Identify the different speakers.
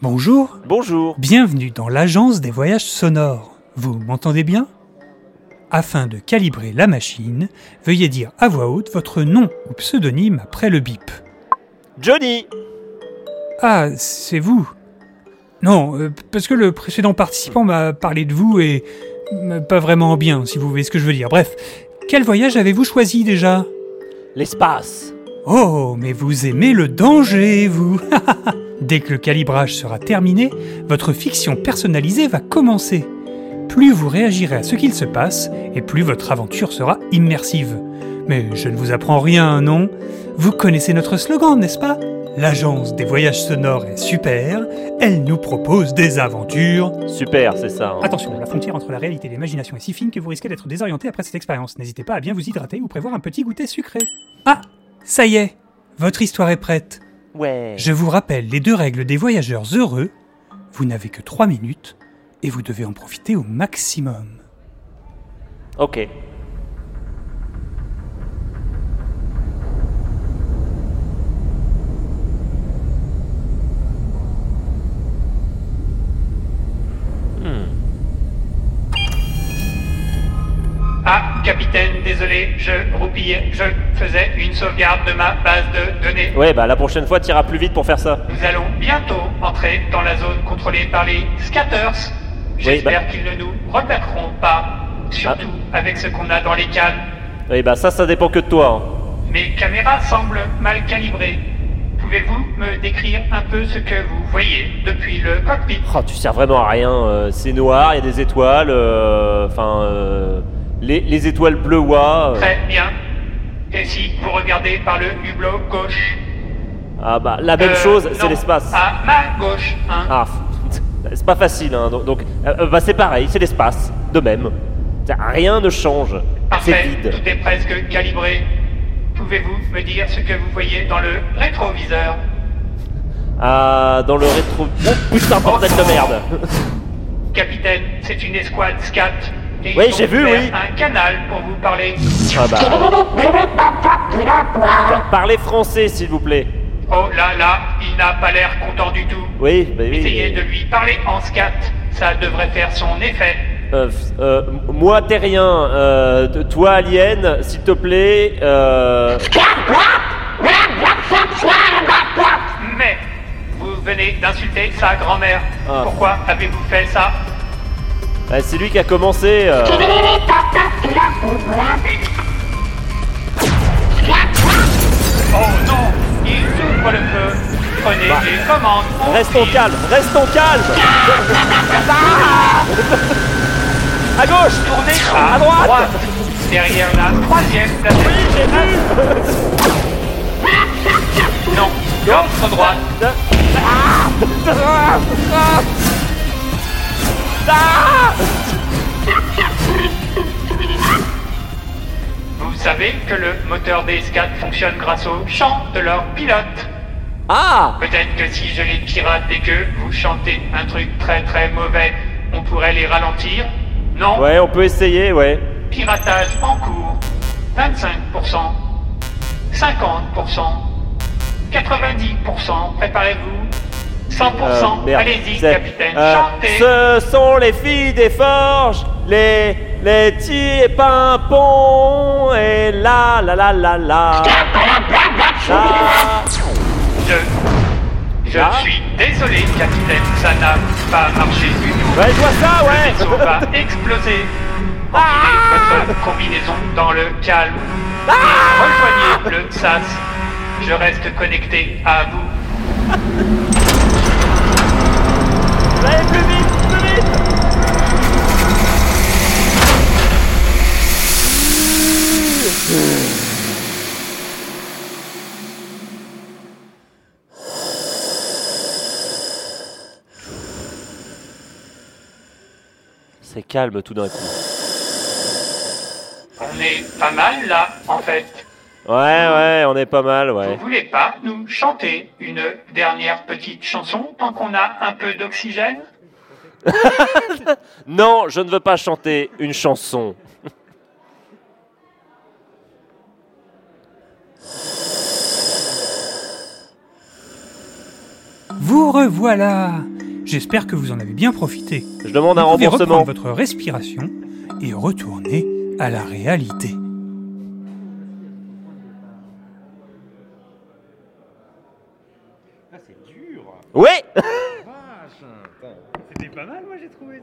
Speaker 1: Bonjour,
Speaker 2: Bonjour.
Speaker 1: bienvenue dans l'agence des voyages sonores. Vous m'entendez bien Afin de calibrer la machine, veuillez dire à voix haute votre nom ou pseudonyme après le bip.
Speaker 2: Johnny
Speaker 1: Ah, c'est vous Non, euh, parce que le précédent participant m'a parlé de vous et euh, pas vraiment bien, si vous voyez ce que je veux dire. Bref, quel voyage avez-vous choisi déjà
Speaker 2: L'espace
Speaker 1: Oh, mais vous aimez le danger, vous Dès que le calibrage sera terminé, votre fiction personnalisée va commencer. Plus vous réagirez à ce qu'il se passe, et plus votre aventure sera immersive. Mais je ne vous apprends rien, non Vous connaissez notre slogan, n'est-ce pas L'agence des voyages sonores est super, elle nous propose des aventures.
Speaker 2: Super, c'est ça. hein.
Speaker 1: Attention, la frontière entre la réalité et l'imagination est si fine que vous risquez d'être désorienté après cette expérience. N'hésitez pas à bien vous hydrater ou prévoir un petit goûter sucré. Ah, ça y est, votre histoire est prête.
Speaker 2: Ouais.
Speaker 1: Je vous rappelle les deux règles des voyageurs heureux. Vous n'avez que 3 minutes et vous devez en profiter au maximum.
Speaker 2: Ok.
Speaker 3: Ah, capitaine, désolé, je roupillais, je faisais une sauvegarde de ma base de données.
Speaker 2: Ouais, bah la prochaine fois, t'iras plus vite pour faire ça.
Speaker 3: Nous allons bientôt entrer dans la zone contrôlée par les scatters. J'espère
Speaker 2: bah-
Speaker 3: qu'ils ne nous repéreront pas, surtout
Speaker 2: Ah.
Speaker 3: avec ce qu'on a dans les cales.
Speaker 2: Ouais, bah ça, ça dépend que de toi. hein.
Speaker 3: Mes caméras semblent mal calibrées. Pouvez-vous me décrire un peu ce que vous voyez depuis le cockpit
Speaker 2: hein. Oh, tu sers vraiment à rien. euh, c'est noir, il y a des étoiles. euh, Enfin, euh, les, les étoiles bleues, ouah, euh.
Speaker 3: Très bien. Et si vous regardez par le hublot gauche
Speaker 2: Ah bah, la même
Speaker 3: Euh,
Speaker 2: chose, c'est
Speaker 3: non, Ah.
Speaker 2: l'espace.
Speaker 3: À ma gauche, hein.
Speaker 2: Ah, c'est pas facile, hein. Donc, donc, euh, bah c'est pareil, c'est l'espace, de même. Ça, Rien ne change. C'est
Speaker 3: Parfait,
Speaker 2: vide.
Speaker 3: tout est presque calibré. Pouvez-vous me dire ce que vous voyez dans le rétroviseur
Speaker 2: Ah, dans le rétro. Oh putain, bordel de merde
Speaker 3: Capitaine, c'est une escouade SCAT. et
Speaker 2: Oui,
Speaker 3: ils
Speaker 2: j'ai
Speaker 3: ont
Speaker 2: vu,
Speaker 3: ouvert
Speaker 2: oui.
Speaker 3: un canal pour vous parler.
Speaker 2: Ah bah. Parlez français, s'il vous plaît.
Speaker 3: Oh là là, il n'a pas l'air content du tout.
Speaker 2: Oui, bah oui.
Speaker 3: Essayez de lui parler en SCAT, ça devrait faire son effet.
Speaker 2: Euh, f- euh, m- moi, terrien, euh, t- toi, alien, s'il te plaît. Euh...
Speaker 3: Mais vous venez d'insulter sa grand-mère.
Speaker 2: Ah.
Speaker 3: Pourquoi avez-vous fait ça
Speaker 2: bah, c'est lui qui a commencé. euh.
Speaker 3: Oh non, il ouvre le feu. Prenez les commandes. on
Speaker 2: Bah. Restons
Speaker 3: tire.
Speaker 2: calmes, restons calmes À gauche
Speaker 3: Tournez
Speaker 2: À droite.
Speaker 3: Derrière la troisième station. Non, l'autre droite. Vous savez que le moteur des SCAT fonctionne grâce au chant de leur pilote.
Speaker 2: Ah
Speaker 3: Peut-être que si je les pirate et que vous chantez un truc très très mauvais, on pourrait les ralentir. Non,
Speaker 2: Ouais, on peut essayer, ouais.
Speaker 3: piratage en cours. 25%, 50%, 90%, préparez-vous. 100%,
Speaker 2: Euh, merde.
Speaker 3: allez-y
Speaker 2: C'est-
Speaker 3: capitaine,
Speaker 2: euh,
Speaker 3: chantez.
Speaker 2: Ce sont les filles des forges, les les petits pimpons et la la la la la. La-
Speaker 3: Je, je
Speaker 2: Ah.
Speaker 3: suis désolé capitaine, ça n'a pas marché du tout.
Speaker 2: Ouais, je vois ça,
Speaker 3: Le vaisseau
Speaker 2: ouais.
Speaker 3: va exploser.
Speaker 2: Ah
Speaker 3: Votre combinaison dans le calme.
Speaker 2: Ah.
Speaker 3: Rejoignez le SAS. Je reste connecté à vous.
Speaker 2: Allez, plus vite, plus vite. C'est calme tout d'un coup.
Speaker 3: On est pas mal là, en fait.
Speaker 2: Ouais, ouais, on est pas mal, ouais.
Speaker 3: Vous voulez pas nous chanter une dernière petite chanson tant qu'on a un peu d'oxygène
Speaker 2: Non, je ne veux pas chanter une chanson.
Speaker 1: Vous revoilà J'espère que vous en avez bien profité.
Speaker 2: Je demande un
Speaker 1: vous pouvez
Speaker 2: Bah, remboursement.
Speaker 1: reprendre votre respiration et retourner à la réalité.
Speaker 2: Oui
Speaker 4: C'était pas mal, moi j'ai trouvé.